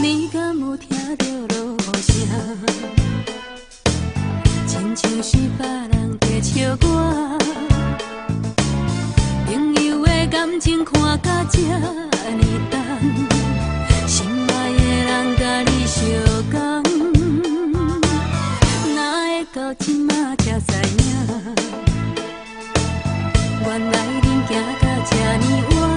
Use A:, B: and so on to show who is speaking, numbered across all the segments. A: 你敢有听到落雨声？亲像是别人在笑我。朋友的感情看甲这呢重，心爱的人甲你相共，哪会到即马才知影？原来恁行到这呢晚。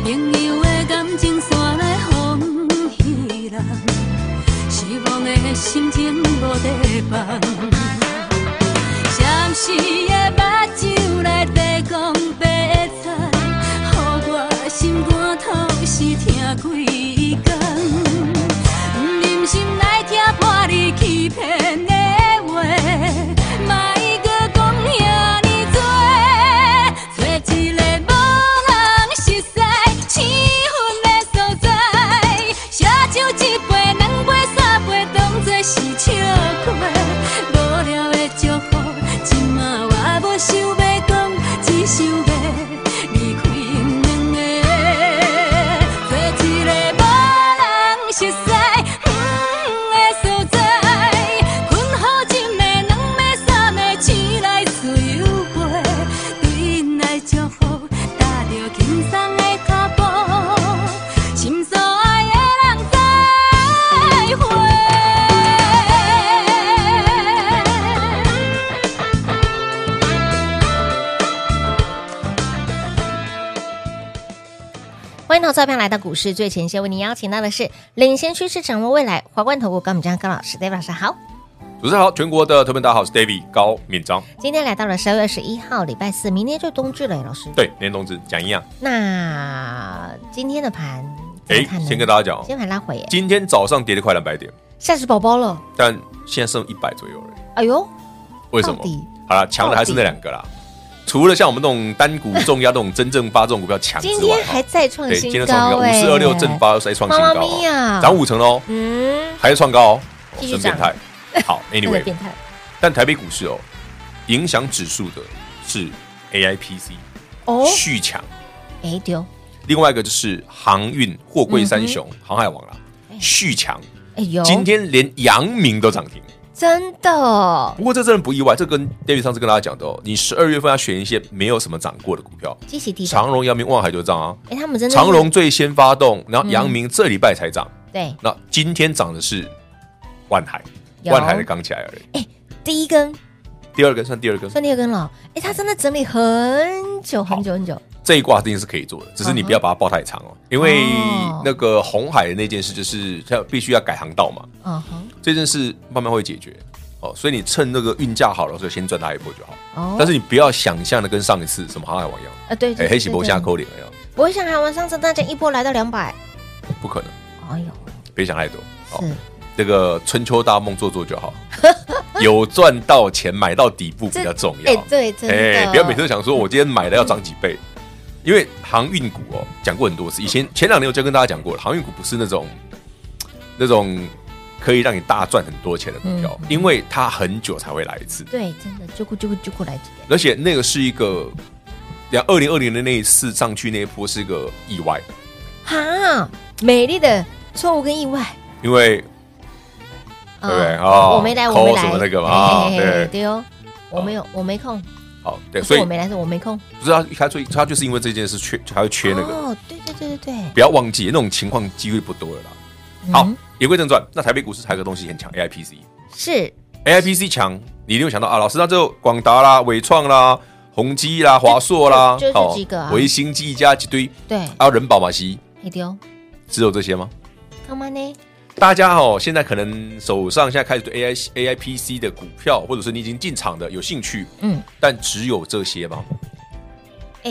A: 朋友的感情线来风戏人，失望的心情无地放。暂时的目睭来白讲白菜，予我心肝头是疼几工。忍心来听破你欺骗的话，莫搁讲遐尼多，找一个无人熟悉、生分的所在，写酒一杯、两杯、三杯，当作是笑话。无聊的祝福，即马我无想要讲，只想要离开阮两个。做一个无人熟悉的所在，困好一暝、两暝、三暝，醒来自由飞，对因来祝福，踏着轻松的脚步，心所爱的人再会。
B: 欢迎到这边来到股市最前线，为您邀请到的是领先趋势、掌握未来华冠投顾高敏章高老师，大家晚上好。
C: 主持人好，全国的特别大家好，我是 David 高敏章。
B: 今天来到了十二月二十一号，礼拜四，明天就冬至了，老师。
C: 对，年冬至讲一样。
B: 那今天的盘怎么
C: 哎
B: 看，呢，
C: 先跟大家讲哦，
B: 今天盘拉回耶，
C: 今天早上跌了快两百点，
B: 吓死宝宝了！
C: 但现在剩一百左右了。
B: 哎呦，
C: 为什么
B: 到底？
C: 好啦，强的还是那两个啦。除了像我们这种单股重压、这种真正发这种股票强之
B: 今
C: 外
B: 天，还再创
C: 对，今
B: 新
C: 天
B: 高
C: 创高五
B: 哎，
C: 四二六正发再创新
B: 妈妈
C: 高
B: 咪呀
C: 哦，涨五成哦，
B: 嗯，
C: 还是创高哦，哦
B: 继续
C: 真变态。 好
B: 真的
C: ，Anyway，
B: 变态，
C: 但台北股市哦，影响指数的是 AIPC
B: 哦，
C: 续强。
B: 哎丢，
C: 另外一个就是航运货柜三雄、
B: 嗯
C: 航海王啦，啊续强，
B: 哎呦，
C: 今天连阳明都涨停。
B: 真的，
C: 不过这真的不意外，这跟 David 上次跟大家讲的哦，你十二月份要选一些没有什么涨过的股票，
B: 惊喜地板，
C: 长荣、阳明、望海就涨啊。
B: 哎，他们真的是嗯
C: 长荣最先发动，然后阳明这礼拜才涨，
B: 对
C: 那今天涨的是万海，
B: 有哎
C: 万海的刚起来而已。
B: 第一根
C: 第二根算第二根，
B: 算第二根了，哎，他真的整理很久很久很久，
C: 这一卦一定是可以做的，只是你不要把它抱太长哦，因为
B: 哦
C: 那个红海的那件事就是要必须要改航道嘛，
B: 嗯哼，
C: 这件事慢慢会解决哦，所以你趁那个运价好的时候先赚它一波就好。
B: 哦
C: 但是你不要想象的跟上一次什么航海王一样，
B: 啊对，
C: 哎、黑喜博下
B: 口，
C: 扣脸一样，
B: 我会想台湾上次大家一波来到两百，
C: 不可能，
B: 哎呦，
C: 别想太多。好、
B: 是
C: 这个春秋大梦做做就好， 有赚到钱买到底部比较重要
B: 哎。对，真的，
C: 不要每次都想说我今天买了要涨几倍，因为航运股哦讲过很多次，以前前两年我就跟大家讲过了，航运股不是那种那种可以让你大赚很多钱的股票，
B: 嗯
C: 因为它很久才会来一次，
B: 对，真的啾咕啾咕啾咕来几个，
C: 而且那个是一个，两二零二零的那一次上去那一波是一个意外，
B: 哈，美丽的错误跟意外，
C: 因为
B: 对
C: 对不对哦
B: 我没来，
C: 抠
B: 我没来
C: 什么那个嘛啊
B: 嘿嘿嘿
C: 对
B: 对哦，我没有，我没空，
C: 好哦对，
B: 不
C: 所
B: 是
C: 以
B: 我没来，是我没空。
C: 不是他他最他就是因为这件事缺才会缺那个，
B: 哦，对对对对对，
C: 不要忘记那种情况机会不多了啦。好
B: 嗯，
C: 言归正传，那台北股市还有个东西很强，AIPC。
B: 是
C: AIPC 强，你一定会想到啊，老师，那就广达啦、伟创啦、宏基啦、华硕啦，
B: 就就就这
C: 好
B: 几个啊
C: 维新技嘉一堆，
B: 对，
C: 还有人保马西，
B: 黑丢
C: 只有这些吗？
B: 干嘛呢？
C: 大家哦，现在可能手上现在开始对 A I A I P C 的股票，或者是你已经进场的有兴趣，
B: 嗯，
C: 但只有这些吗？
B: 诶，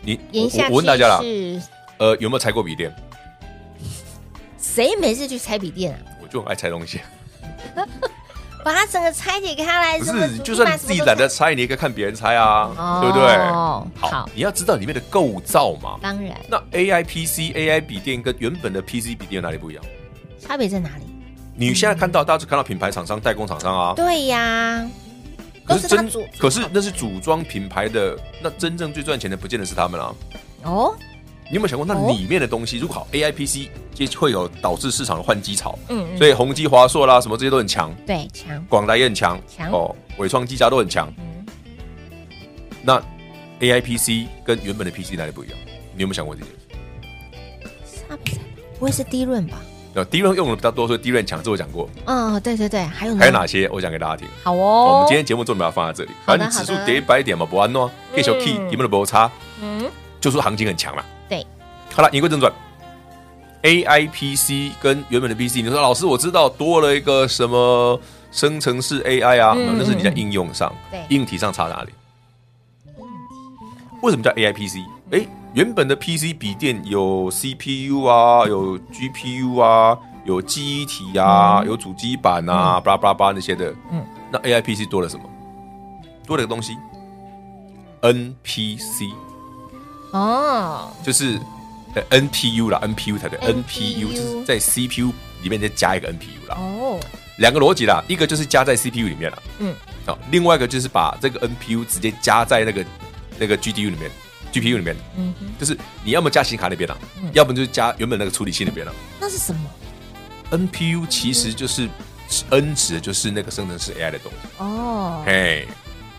C: 你我
B: 言下
C: 我问大家啦
B: 之，意是
C: 呃，有没有拆过笔电？
B: 谁没事去拆笔电啊？
C: 我就很爱拆东西，
B: 把它整个拆解开来，
C: 不
B: 什么
C: 是，
B: 主机
C: 就算
B: 板
C: 你
B: 什
C: 自己
B: 么都
C: 懒得
B: 拆，
C: 拆，你也可以看别人拆啊，
B: 哦
C: 对不对？
B: 好，
C: 你要知道里面的构造嘛。
B: 当然，
C: 那 A I P C A I 笔电跟原本的 P C 笔电有哪里不一样？
B: 差别在哪里？
C: 你现在看到，大家只看到品牌厂商、代工厂商啊，
B: 对呀，都是他
C: 真
B: 主，
C: 可是那是组装品牌的，那真正最赚钱的不见得是他们啊。
B: 哦，
C: 你有没有想过，那
B: 哦
C: 里面的东西，如果好 A I P C 就会有导致市场的换机潮，
B: 嗯嗯，
C: 所以宏基、华硕啦，什么这些都很强，
B: 对，强，
C: 广达也很强
B: 强，
C: 哦，伟创、技嘉都很强。
B: 嗯，
C: 那 A I P C 跟原本的 P C 哪里不一样？你有没有想过这些？
B: 差别在哪不会是低润吧？
C: 那 D 润用的比较多，所以 D 润强，这我讲过。
B: 哦，对对对，还有呢
C: 还有？哪些？我讲给大家听。
B: 好
C: 我
B: 哦
C: 们，今天节目重点把它放在这里，
B: 好
C: 反
B: 的
C: 正指数
B: 好的
C: 跌一百点嘛，不安喏，可以小 key 有没有摩擦？
B: 嗯，
C: 就说行情很强嘛。
B: 对，
C: 好了，言归正传，AIPC 跟原本的 PC，你说老师我知道多了一个什么生成式 AI 啊，
B: 嗯
C: 那是你在应用上
B: 对，
C: 硬体上差哪里？为什么叫 AIPC？哎，原本的 PC 笔电有 CPU 啊，有 GPU 啊，有记忆体啊，有主机板啊，巴拉巴拉巴拉那些的。
B: 嗯
C: 嗯，那 AIPC 多了什么？多了个东西，NPC。
B: 哦，
C: 就是呃 NPU 啦，NPU 才对
B: NPU
C: ，NPU 就是在 CPU 里面再加一个 NPU 啦，
B: 哦，
C: 两个逻辑啦，一个就是加在 CPU 里面啦，
B: 嗯，
C: 好，另外一个就是把这个 NPU 直接加在那个那个 GDU 里面，GPU 里面，
B: 嗯哼，嗯
C: 就是你要么加显卡那边啦，要不然就是加原本那个处理器那边啦。
B: 那是什么？
C: NPU 其实就是 N 值就是那个生成式 AI 的东西，
B: 哦，
C: 嘿，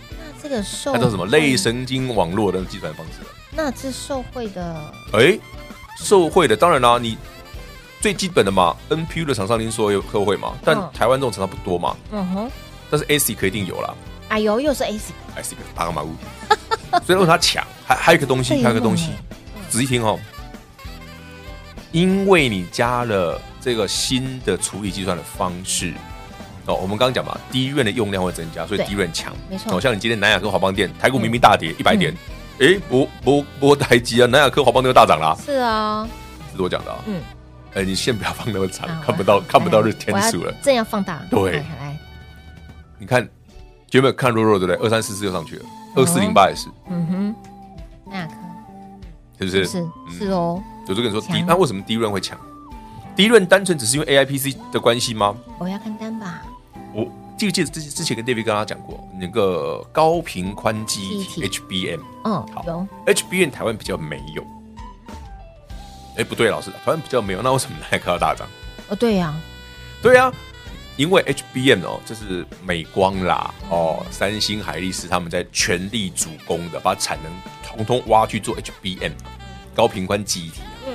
B: 那这个受
C: 那叫什么类
B: 惠
C: 神经网络的计算方式啊。
B: 那这受贿的
C: 哎，受贿的当然啦、你最基本的嘛，NPU 的厂商您说有受贿嘛，但
B: 嗯
C: 台湾这种厂商不多嘛，
B: 嗯哼，
C: 但是 AC 可一定有啦
B: 哎呦，又是 A C，
C: ，AC 打个马虎， 所以为它抢，还还有一个东西，
B: 啊
C: 还有一个东西，仔细听哦，因为你加了这个新的处理计算的方式。哦，我们刚刚讲嘛，低润的用量会增加，所以
B: 对
C: 低润强。
B: 没错嗯
C: 哦，像你今天南亚科、华邦店，台股明明大跌一百点，哎、不不不台积啊，南亚科、华邦店都大涨啦，
B: 是啊，
C: 这是我讲的啊。
B: 嗯，
C: 哎，你线不要放那么长
B: 啊，
C: 看不到看不到日天，数
B: 我要
C: 了
B: 我要。正要放大，
C: 对
B: 来来，
C: 你看，有没有看弱弱对不对？二三四四又上去了，二四零八也是，
B: 嗯哼，那可
C: 是不是？
B: 是
C: 嗯
B: 是哦，
C: 我就跟你说
B: 强
C: 低，那为什么低润会强？低润单纯只是因为 AIPC 的关系吗？
B: 我要看单吧，
C: 我记不记得之之前跟 David 跟他讲过那个高频宽记忆
B: 记忆
C: 体 HBM，
B: 嗯
C: 好，
B: 有，
C: HBM 台湾比较没有。哎，不对，老师，台湾比较没有，那为什么耐克要大涨？
B: 哦对呀，
C: 对啊，因为 HBM 哦，这是美光啦，哦，三星、海力士他们在全力主攻的，把产能统统挖去做 HBM 高频宽记忆体。嗯，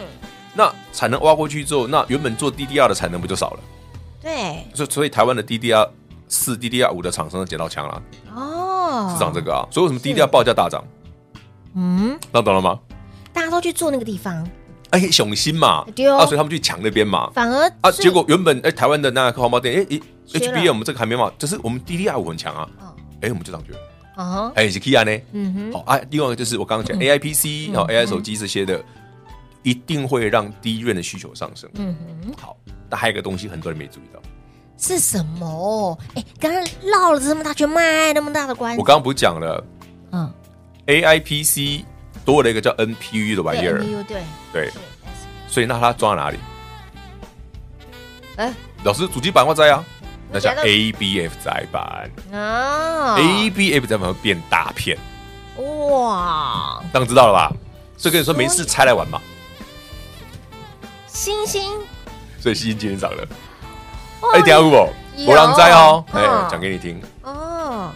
C: 那产能挖过去之后，那原本做 DDR 的产能不就少了？
B: 对，
C: 所以所以台湾的 DDR 四、DDR 五的厂商都捡到枪了，
B: 哦，
C: 是涨这，个啊。所以为什么 DDR 报价大涨？
B: 嗯，
C: 那懂了吗？
B: 大家都去做那个地方，
C: 哎，雄心嘛，
B: 对哦
C: 啊，所以他们去抢那边嘛。
B: 反而
C: 啊，
B: 最
C: 结果原本哎、台湾的那个黄包店，哎、哎
B: 缺了
C: HBM 我们这个还没嘛，就是我们 DDR 五很强啊，
B: 哦
C: 哎、我们就上去了。
B: 哦，
C: 还有哎是 Kia 呢。
B: 嗯哼，
C: 好啊，另外一个就是我刚刚讲 AIPC 然后 AI 手机这些的，一定会让低润的需求上升。
B: 嗯哼，
C: 好，那还有一个东西很多人没注意到，
B: 是什么？哎，刚刚绕了这么大圈，卖那么大的关子，
C: 我刚刚不是讲了
B: 嗯，
C: AIPC 多了一个叫 NPU 的玩意
B: 对
C: 儿，
B: ，MU 对，
C: 对
B: 是，
C: 所以那它装在哪里？
B: 哎，
C: 老师，主机板我在啊，那叫
B: 那
C: ABF 载板
B: 啊
C: ，ABF 载板会变大片，
B: 哇，
C: 当然知道了吧？所以跟你说没
B: 所
C: 事
B: 以
C: 拆来玩嘛，
B: 星星
C: 所以吸引今天涨了，
B: 哇
C: 哎，等一下有不？
B: 哦有
C: 我让摘哦，哎
B: 嗯，
C: 讲给你听。
B: 哦，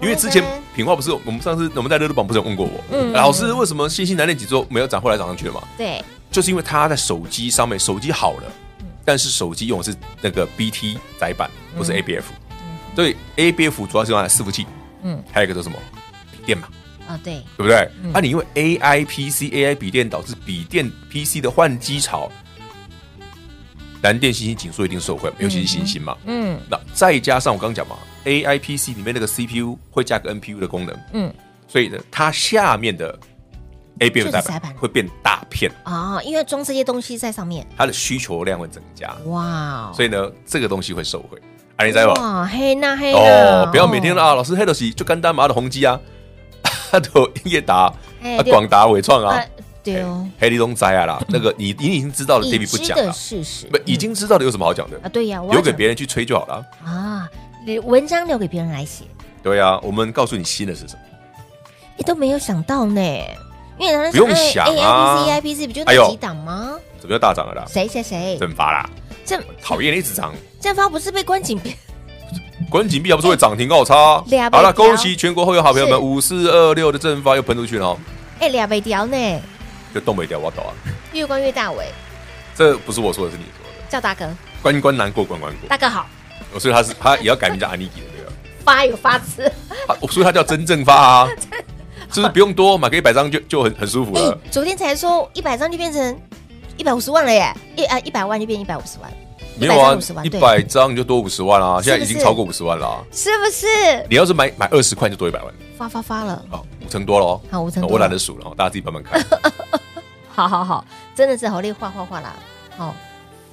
C: 因为之前品话不是我们上次我们在热度榜不是有问过我，
B: 嗯
C: 老师为什么新兴南电几周没有涨，后来涨上去了嘛？
B: 对
C: 就是因为它在手机上面，手机好了，
B: 嗯
C: 但是手机用的是那个 BT 载板，不是 ABF，所以 ABF 主要是用来伺服器，
B: 嗯
C: 嗯，还有一个就是什么笔电嘛，
B: 啊对，
C: 对不对？啊，你因为 AI PC AI 笔电导致笔电 PC 的换机潮，南电、新兴、紧缩一定受惠，尤其是新兴嘛。
B: 嗯
C: 那再加上我刚刚讲嘛，A I P C 里面那个 C P U 会加个 N P U 的功能，
B: 嗯，
C: 所以呢，它下面的 A B
B: 就是
C: M 代
B: 载
C: 板
B: 板
C: 会变大片，
B: 哦，因为装这些东西在上面，
C: 它的需求量会增加，
B: 哇哦，
C: 所以呢，这个东西会受惠。啊，你知道吗？
B: 哇，哎黑那黑
C: 哦
B: 那，
C: 不要每天都啊，老师黑东西就干单嘛的宏基啊， 啊，都英业达、
B: 哎
C: 啊
B: 对
C: 广达、伟创啊
B: 啊，，对哦，
C: 黑利东灾啊 啦，那个你你已经知道了
B: 已
C: ，David 不
B: 知
C: 讲
B: 的
C: 了，
B: 事实，
C: 不已
B: 嗯
C: 经知道的有什么好讲的
B: 啊，？对呀，我要
C: 留给
B: 讲
C: 别人去吹就好了啊。
B: 啊，你文章留给别人来写，
C: 对啊，我们告诉你新的是什么。
B: 你都没有想到呢，因为人家
C: 不用想啊
B: a I P C E I P C 不就那
C: 哎呦
B: 几档吗？
C: 怎么又大涨了啦？
B: 谁谁谁，
C: 蒸发啦！
B: 正
C: 讨厌，一直涨，
B: 正方不是被关紧闭？
C: 关紧闭要不是会涨停告差。
B: 俩
C: 好了，
B: 不一样
C: 恭喜全国会员好朋友们，
B: 是
C: 五四二六的蒸发又喷出去了哦，
B: 哎，俩被调呢，
C: 就东北掉我倒啊！
B: 越关越大尾，
C: 这不是我说的，是你说的。
B: 叫大哥，
C: 关关难过关关过
B: 大，哥好，
C: 哦所以他是他也要改名叫安妮吉的对吧？
B: 发有发字，
C: 他所以他叫真正 发啊，是不是不用多买个一百张就就很很舒服
B: 哎
C: 了？，
B: 昨天才说一百张就变成一百五十万了耶，一啊一百万就变一百五十万，
C: 没有啊
B: 150万，
C: 一
B: 对
C: 百张就多五十万啊，
B: 是
C: 现在已经超过五十万了啊。
B: 是不是？
C: 你要是买买二十块就多一百万
B: 发发发了，
C: 啊，五成多了哦。
B: 好五成多了
C: 我懒得数了哦，大家自己慢慢看。
B: 好好好，真的是好厉画画画啦，哦，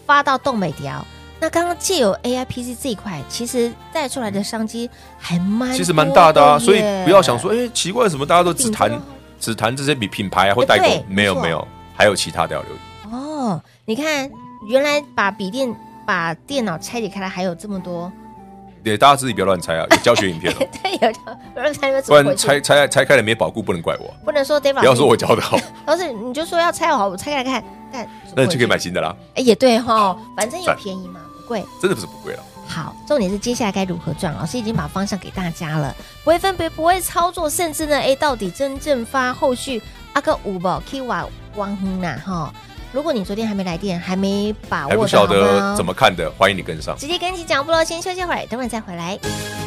B: 发到动美雕。那刚刚借由 AIPC 这一块，其实带出来的商机还蛮，
C: 其实蛮大的啊，所以不要想
B: 说。
C: 说，哎、奇怪，什么大家都只
B: 顶
C: 谈
B: 多
C: 只谈这些比品牌啊或代
B: 对
C: 工，没有
B: 没错
C: 没有，还有其他的要留意。
B: 哦，你看，原来把笔电、把电脑拆解开来，还有这么多，
C: 对，大家自己不要乱猜啊，有教学影片哦，
B: 对，有有人拆
C: 不
B: 怎么回
C: 然
B: 去
C: 拆拆拆开了没保固，不能怪我，
B: 不能说 David
C: 不要说我教的好，
B: 老师，你就说要拆好，我拆开来看，看
C: 那你就可
B: 怎
C: 以，
B: 么
C: 买
B: 回去
C: 新的啦，
B: 哎，也对哈，反正有
C: 赞
B: 便宜嘛，不贵。
C: 真的不是不贵了。
B: 好，重点是接下来该如何赚？老师已经把方向给大家了，不会分别，不会操作，甚至呢，哎，到底真正发后续阿个五宝 K 瓦汪哼呐哈。如果你昨天还没来电，还没把握
C: 还
B: 的，
C: 不晓得
B: 好吗
C: 怎么看的，欢迎你跟上。
B: 直接跟起脚步喽。先休息会儿，等会儿再回来。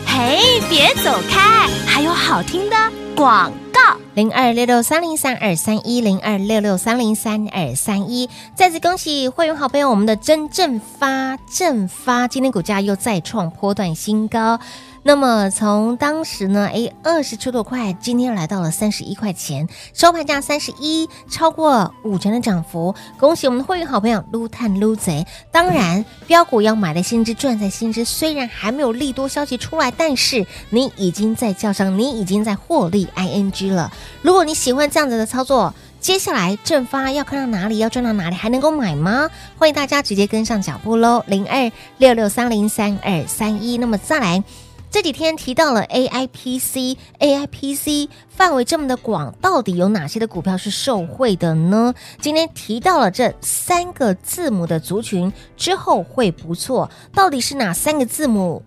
A: 嘿，别走开，还有好听的广告。
B: 零二六六三零三二三一零二六六三零三二三一。再次恭喜会员好朋友，我们的真正发正发，今天股价又再创波段新高。那么从当时呢，诶，二十出头块，今天来到了三十一块钱，收盘价三十一，超过五成的涨幅。恭喜我们的会员好朋友撸探撸贼。当然，标股要买在先知，赚在先知。虽然还没有利多消息出来，但是你已经在叫上，你已经在获利 ing 了。如果你喜欢这样子的操作，接下来正发要看到哪里，要赚到哪里，还能够买吗？欢迎大家直接跟上脚步喽，零二六六三零三二三一。那么再来。这几天提到了 AIPC、AIPC 范围这么的广，到底有哪些的股票是受惠的呢？今天提到了这三个字母的族群之后会不错，到底是哪三个字母？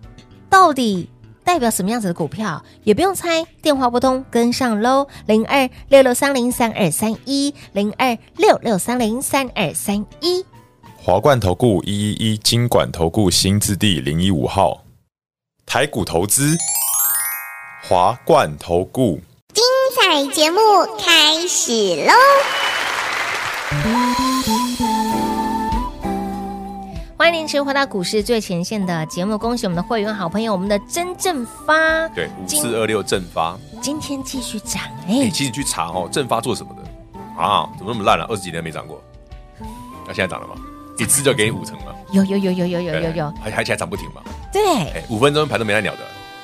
B: 到底代表什么样子的股票，也不用猜，电话拨通跟上喽，零二六六三零三二三一，零二六六三零三二三一。
D: 华冠投顾一一一金管投顾新字第零一五号，台股投资，华冠投顾。
E: 彩节目开始喽！
B: 欢迎您持续回到股市最前线的节目，恭喜我们的会员好朋友，我们的真正发
C: 对，五
B: 今
C: 四二六正发，
B: 今天继续涨
C: 哎、
B: 哎、
C: 其实你去查哦，正发做什么的啊？怎么那么烂了、啊？二十几年没涨过，那、现在涨了吗？一次就给你五成了，
B: 有有有有有有有
C: 对
B: 有，
C: 还还还涨不停嘛？
B: 对，
C: 哎、五分钟盘都没来鸟的。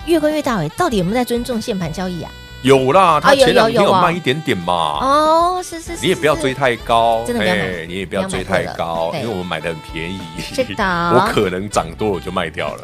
B: 越归越大哎，到底有没有在尊重限盘交易啊？
C: 有啦，它
B: 有
C: 前两天
B: 有有
C: 有
B: 哦
C: 慢一点点嘛。
B: 哦，是是是，
C: 啊你也不要
B: 是
C: 追太高，
B: 真的不要买
C: 哎你也不要追太高，
B: 不要买贵了对
C: 因为我们买的很便宜，
B: 是的
C: 我可能涨多我就卖掉了，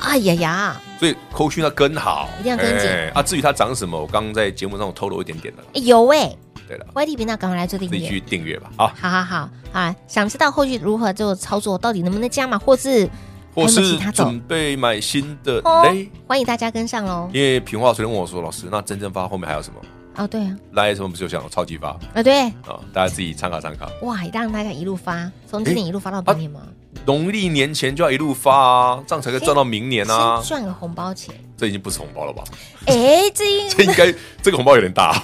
B: 哎呀呀，
C: 所以扣讯要跟好，
B: 一定要跟紧
C: 哎啊。至于它涨什么，我刚刚在节目上有透露一点点了。
B: 哎有哎
C: 对了，
B: ，YT 频道赶快来做订
C: 自己
B: 阅。
C: 去订阅吧。啊，
B: 好好好啊！想知道后续如何做操作，到底能不能加码，或是还
C: 或
B: 有没有其
C: 是
B: 他走
C: 准备买新的哎
B: 哦
C: 嘞，？
B: 欢迎大家跟上喽！
C: 因为平话昨天问我说，老师，那真正发后面还有什么？
B: 哦，对啊，
C: 来什么不是有想超级发
B: 啊对，
C: 啊？大家自己参考参考。
B: 哇，让大家一路发，从今年一路
C: 啊
B: 发到明年吗？
C: 农历年前就要一路发啊，这样才可以赚到明年啊
B: 先。赚个红包钱。
C: 这已经不是红包了吧？
B: 哎，这一
C: 这应该这个红包有点大、哦，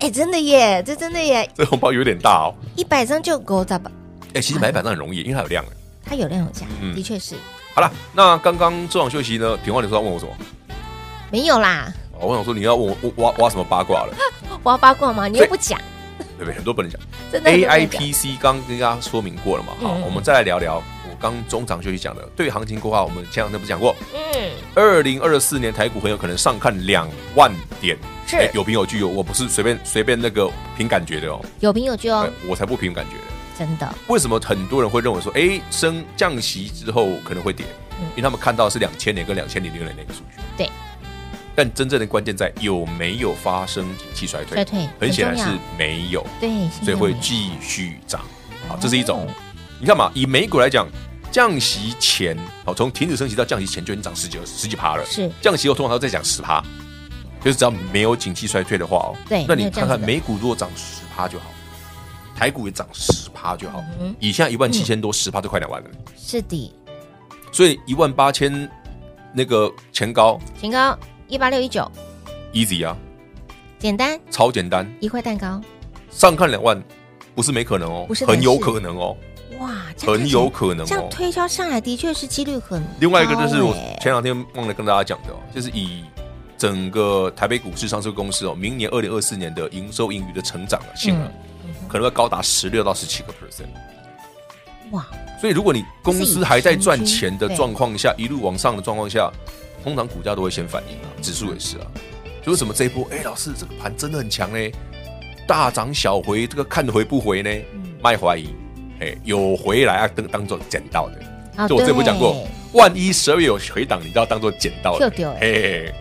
B: 哎真的耶，这真的耶，
C: 这个红包有点大哦。
B: 一百张就够咋吧？
C: 哎、其实买板上很容易，因为它有量。
B: 它有量有价，
C: 嗯
B: 的确是
C: 好了，那刚刚中场休息呢，平花你说要问我什么？
B: 没有啦，
C: 哦我想说你要问我挖挖什么八卦了，
B: 我要八卦吗？你又不讲，
C: 对不对？很多本人讲
B: 真的很多人讲
C: AIPC 刚跟大家说明过了嘛，好，
B: 嗯
C: 我们再来聊聊我刚中场休息讲的对于行情规划，我们前两天不是讲过，
B: 嗯，
C: 二零二四年台股很有可能上看两万点，
B: 是
C: 哎有凭有据哦，我不是随便随便那个凭感觉的哦，
B: 有凭有据哦
C: 哎，我才不凭感觉的。
B: 真的，
C: 为什么很多人会认为说，哎，升降息之后可能会跌？因为他们看到的是两千年跟两千零六年那个数据。
B: 嗯对。
C: 但真正的关键在有没有发生景气衰退？
B: 衰退
C: 很显然
B: 很重
C: 是
B: 要
C: 没有，
B: 对，
C: 所以会
B: 现在没有
C: 继续涨。好，这是一种。你看嘛，以美股来讲，降息前，好，从停止升息到降息前就已经涨十几、十几趴了。
B: 是
C: 降息后通常要再涨十趴，就是只要没有景气衰退的话哦。
B: 对没
C: 那你
B: 有这
C: 看
B: 样子
C: 看
B: 的
C: 美股如果涨十趴就好，台股也涨十趴就好。
B: 嗯
C: 以现在一万七千多，十趴就快两万了，
B: 是的，
C: 所以一万八千那个前高
B: 前高一八六一九，
C: easy 啊，
B: 简单
C: 超简单，
B: 一块蛋糕，
C: 上看两万不是没可能哦
B: 不是，没事
C: 很有可能哦。
B: 哇，这样看
C: 很
B: 起来
C: 有可能
B: 这样
C: 哦。
B: 推敲下来的确是几率很高哎，
C: 另外一个就是我前两天忘了跟大家讲的哦，就是以整个台北股市上市公司哦，明年二零二四年的营收盈余的成长啊，性
B: 嗯
C: 啊，可能会高达十六到十七个 percent。
B: 嗯哇，
C: 所以如果你公
B: 是以
C: 司还在赚
B: 平均
C: 钱的
B: 对
C: 状况下，一路往上的状况下，通常股价都会先反应啊，指数也是啊。就为什么这一波，哎，老师这个盘真的很强呢，大涨小回，这个看回不回呢？卖怀疑，哎，有回来啊，当当做捡到的。
B: 啊
C: 就我之前不是讲过
B: 对，
C: 万一十二月有回档，你就要当做捡到的
B: 就嗯丢了
C: 嘿嘿，嘿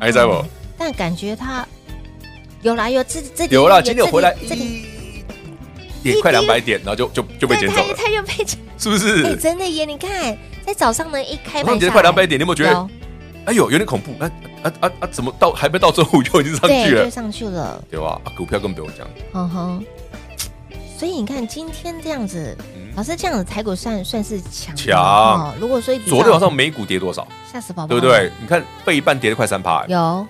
C: 还在不？
B: 但感觉它有啦有，这这
C: 有啦，
B: 了，
C: 今天有回来
B: 这里
C: 一也快两百点，然后就就就被捡走
B: 它
C: 了，
B: 它又被捡，
C: 是不
B: 哎，
C: 是？
B: 真的耶！你看，在早上哎呢一开
C: 我
B: 盘
C: 们
B: 下
C: 觉
B: 来，
C: 得快两百点，你有没有觉得
B: 有？
C: 哎呦，有点恐怖？啊啊啊啊！怎么到还没到中午就已经上
B: 对，
C: 去
B: 就
C: 了？
B: 上去了，
C: 对吧？啊股票更不用讲，
B: 哼哼。所以你看今天这样子，
C: 嗯
B: 老师这样子台股算算是强的
C: 强
B: 哦。如果说一比较
C: 昨天晚上美股跌多少？
B: 吓死宝宝，
C: 对不对？？你看费半跌了快三趴，哎
B: 嗯有，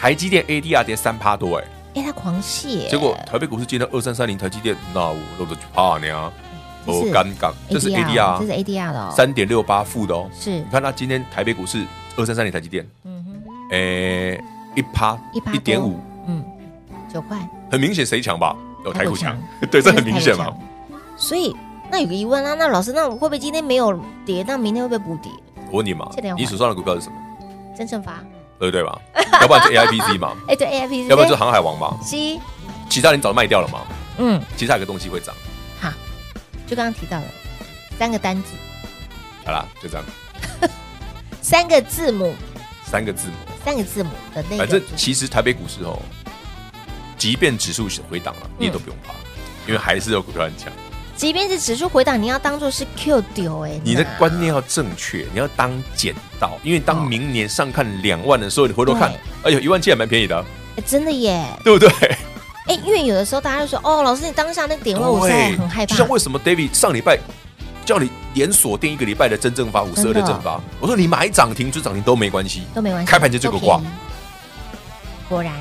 C: 台积电 ADR 跌三趴多，哎，
B: 哎，它狂泻，
C: 结果台北股市今天二三三零，台积电那我都就怕你啊，
B: 嗯这是
C: 我尴尬，这是 ADR，
B: 这是 ADR 的哦，
C: 三点六八负的哦。
B: 是
C: 你看它今天台北股市二三三零台积电，
B: 嗯哼，
C: 诶、一趴
B: 一趴
C: 一点
B: 多
C: 五，
B: 嗯，九块，
C: 很明显谁强吧？有台股强
B: 台，
C: 对，这
B: 真的
C: 很
B: 是
C: 明
B: 台
C: 显
B: 股
C: 嘛
B: 强。。所以那有个疑问啦，啊那老师，那会不会今天没有跌，那明天会不会补跌？
C: 我问你嘛
B: 这两，
C: 你手上的股票是什么？
B: 真正发，
C: 对不对嘛？ 要不然就 AIPC 嘛，
B: 哎，对 A I P，
C: 要不然就航海王嘛，
B: C，
C: 其他你早就卖掉了嘛，
B: 嗯，
C: 其他有个东西会涨。
B: 好，就刚刚提到了三个单字，
C: 好啦，就这样，
B: 三个字母，
C: 三个字母。
B: 三个字母的那个
C: 反正
B: 组，
C: 其实台北股市哦，即便指数回档了，你也都不用怕，
B: 嗯
C: 因为还是有股票很强。
B: 即便是指数回档，你要当做是 Q 丢，哎，
C: 你的
B: 那
C: 观念要正确，你要当捡到，因为当明年上看两万的时候，你回头看
B: 对，
C: 哎呦，一万七还蛮便宜的啊，
B: 哎真的耶，
C: 对不对？
B: 哎，因为有的时候大家就说，哦，老师你当下那个点位，我现在很害怕
C: 就像，为什么 David 上礼拜叫你连锁定一个礼拜的真正发五十二
B: 真的
C: 的正发，我说你买涨停追涨停都没关系，
B: 都没关系，
C: 开盘就这个挂
B: 都便宜，果然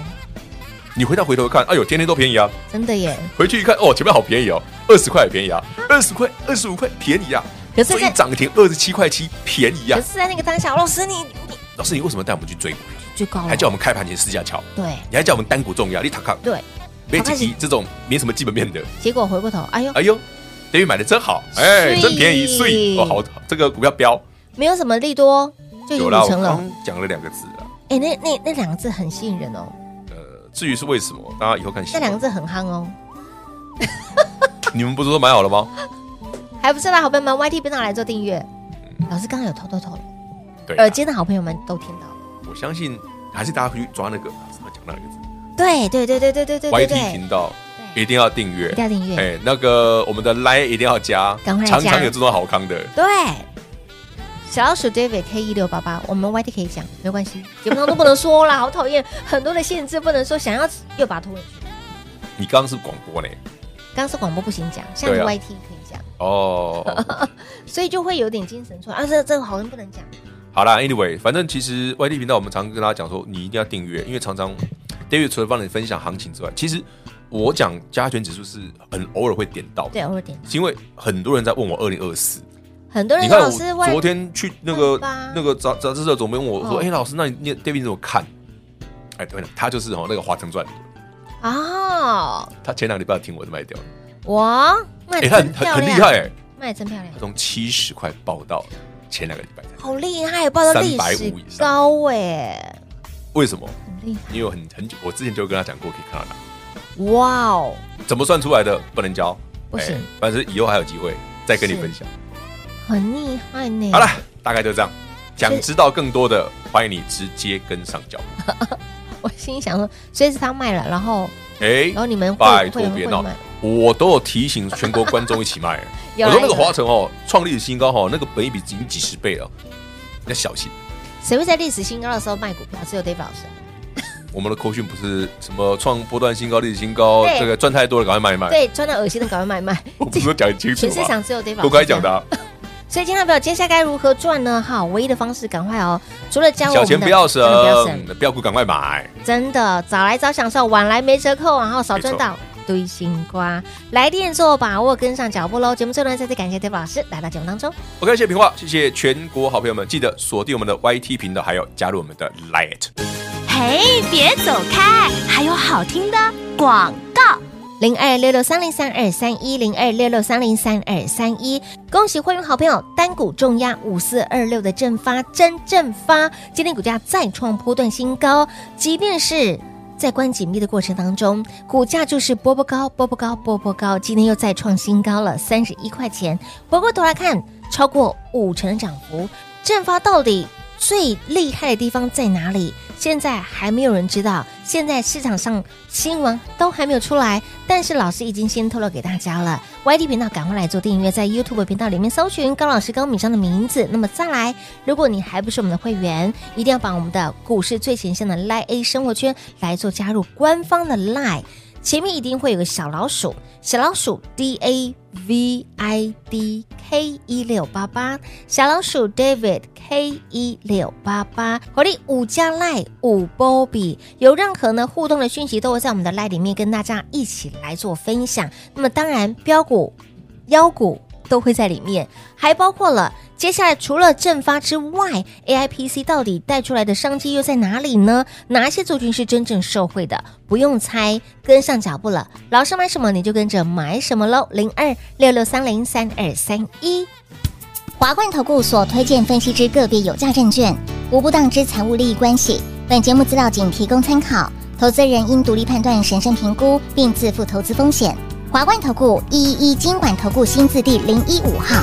C: 你回到回头看，哎呦，天天都便宜啊，
B: 真的耶，
C: 回去一看，哦，前面好便宜哦，二十块也便宜啊，二十块、二十五块便宜啊，
B: 可是
C: 追
B: 在
C: 涨停二十七块七便宜啊
B: 可。是哦在那个当下，老师你你
C: 老师，你为什么带我们去追股票？
B: 最高了，
C: 还叫我们开盘前试一下桥，
B: 对
C: 你还叫我们单股重压，你塔卡
B: 对，
C: 别
B: 好开
C: 几
B: 始
C: 级这种没什么基本面的。
B: 结果回过头，哎呦，
C: 哎呦，德宇买的真好，哎，
B: 碎
C: 真便宜，碎哦，好，这个股票标
B: 没有什么利多，就已经
C: 有
B: 五
C: 啦，我
B: 成了。
C: 刚讲了两个字啊。
B: 哎、那那那两个字很吸引人哦，
C: 呃，至于是为什么，大家以后看新
B: 那
C: 闻。
B: 两个字很夯哦，
C: 你们不是都买好了吗？
B: 还不是啦，好朋友们，YT 频道来做订阅。老师刚刚有偷偷透露，
C: 嗯对啊
B: 耳，尖的好朋友们都听到。
C: 我相信还是大家去抓那个怎么讲那个字
B: 对对对对对对对对
C: ，YT
B: 对，
C: 频道一定要订阅
B: 一定，要订阅。
C: 哎，那个我们的 Line 一定要加，
B: 赶快来加
C: 常常有这种好康的。
B: 对，小老鼠 David K 一六八八，我们 YT 可以讲，没关系，节目当中不能说啦，好讨厌，很多的限制不能说，想要又把它拖回去。
C: 你刚刚是广播呢？
B: 刚刚是广播不行讲，现在是
C: 对啊
B: YT 可以讲，
C: 哦，
B: 所以就会有点精神错乱啊，这这个好像不能讲。
C: 好啦，Anyway，反正其实 YT 频道我们常跟大家讲说，你一定要订阅，因为常常 David 除了帮你分享行情之外，其实我讲加权指数是很偶尔会点到的，
B: 对，偶尔点
C: 因为很多人在问我二零二四，
B: 很多人
C: 你
B: 说
C: 看
B: 老
C: 我
B: 师外
C: 昨天去那个
B: 外八
C: 那个杂杂志社总编问我说：“
B: 哦
C: 哎、老师，那你那 David 你怎么看？”哎，对了，他就是哦那个《华城传》里的，
B: 哦，
C: 他前两个礼拜听我就卖掉了，
B: 哇，卖
C: 哎、
B: 得
C: 他
B: 真
C: 很很
B: 漂
C: 很
B: 亮，
C: 厉害哎、
B: 卖得真漂亮
C: 他，从七十块报到前两个礼拜才，
B: 好厉害，报到历史
C: 350以上
B: 高哎，
C: 为什么？
B: 很厉害，
C: 因为我很很久，我之前就跟他讲过可以看到他，
B: 哇哦，
C: 怎么算出来的不能教，
B: 不行
C: 哎反正以后还有机会再跟你分享。
B: 很厉害呢。
C: 好了，大概就这样。想知道更多的，欢迎你直接跟上 脚步。
B: 我心里想说，随时他卖了，然后
C: 哎、
B: 然后你们会
C: 拜
B: 会
C: 托别
B: 会
C: 闹
B: 卖，
C: 我都有提醒全国观众一起卖。
B: 有
C: 我
B: 啦
C: 说那个
B: 有啦啊
C: 华晨哦，创立的新高哦，那个本益比已经几十倍了，要小心。
B: 谁会在历史新高的时候卖股票？只有 Dave 老师。
C: 我们的扣讯不是什么创波段新高、历史新高，
B: 对
C: 这个赚太多了，赶快卖一卖。
B: 对，穿到恶心的赶快买 卖。
C: 我不是都讲很清楚
B: 全市
C: 吗？
B: 场只有 Dave 老师
C: 都啊该讲的啊、
B: 所以，听众朋友，接下来该如何赚呢？哈，唯一的方式赶快哦！除了加入我
C: 小
B: 们的
C: 钱不要
B: 真的不要
C: 省
B: 省，，
C: 标股赶快买。
B: 真的早来早享受，晚来没折扣，然后少赚
C: 没错
B: 到堆新瓜。来电做把握，跟上脚步喽！节目最后呢，再次感谢 Dave 老师来到节目当中。
C: OK，谢谢平话，谢谢全国好朋友们，记得锁定我们的 YT 频道，还有加入我们的 Lite。
A: 嘿，别走开，还有好听的广告。
B: 零二六六三零三二三一零二六六三零三二三一，恭喜会员好朋友单股重压五四二六的正发真正发，今天股价再创波段新高，即便是。在关紧闭的过程当中，股价就是波波高、波波高、波波高，今天又再创新高了，三十一块钱。回过头来看，超过五成的涨幅，正发到底最厉害的地方在哪里？现在还没有人知道，现在市场上新闻都还没有出来，但是老师已经先透露给大家了。YT 频道赶快来做订阅，在 YouTube 频道里面搜寻高老师高敏章的名字。那么再来，如果你还不是我们的会员，一定要把我们的股市最前线的 Line A 生活圈来做加入官方的 Line。前面一定会有个小老鼠，小老鼠 D A V I D K 一六八八，小老鼠 David K 一六八八，活力五加赖五波比，有任何呢互动的讯息都会在我们的赖里面跟大家一起来做分享。那么当然，标股、妖股都会在里面，还包括了接下来除了正发之外，AIPC 到底带出来的商机又在哪里呢？哪一些族群是真正受惠的？不用猜，跟上脚步了。老师买什么你就跟着买什么喽。零二六六三零三二三一。
E: 华冠投顾所推荐分析之个别有价证券，无不当之财务利益关系。本节目资料仅提供参考，投资人应独立判断、审慎评估，并自负投资风险。华冠投顾一一一金管投顾新字第零一五号。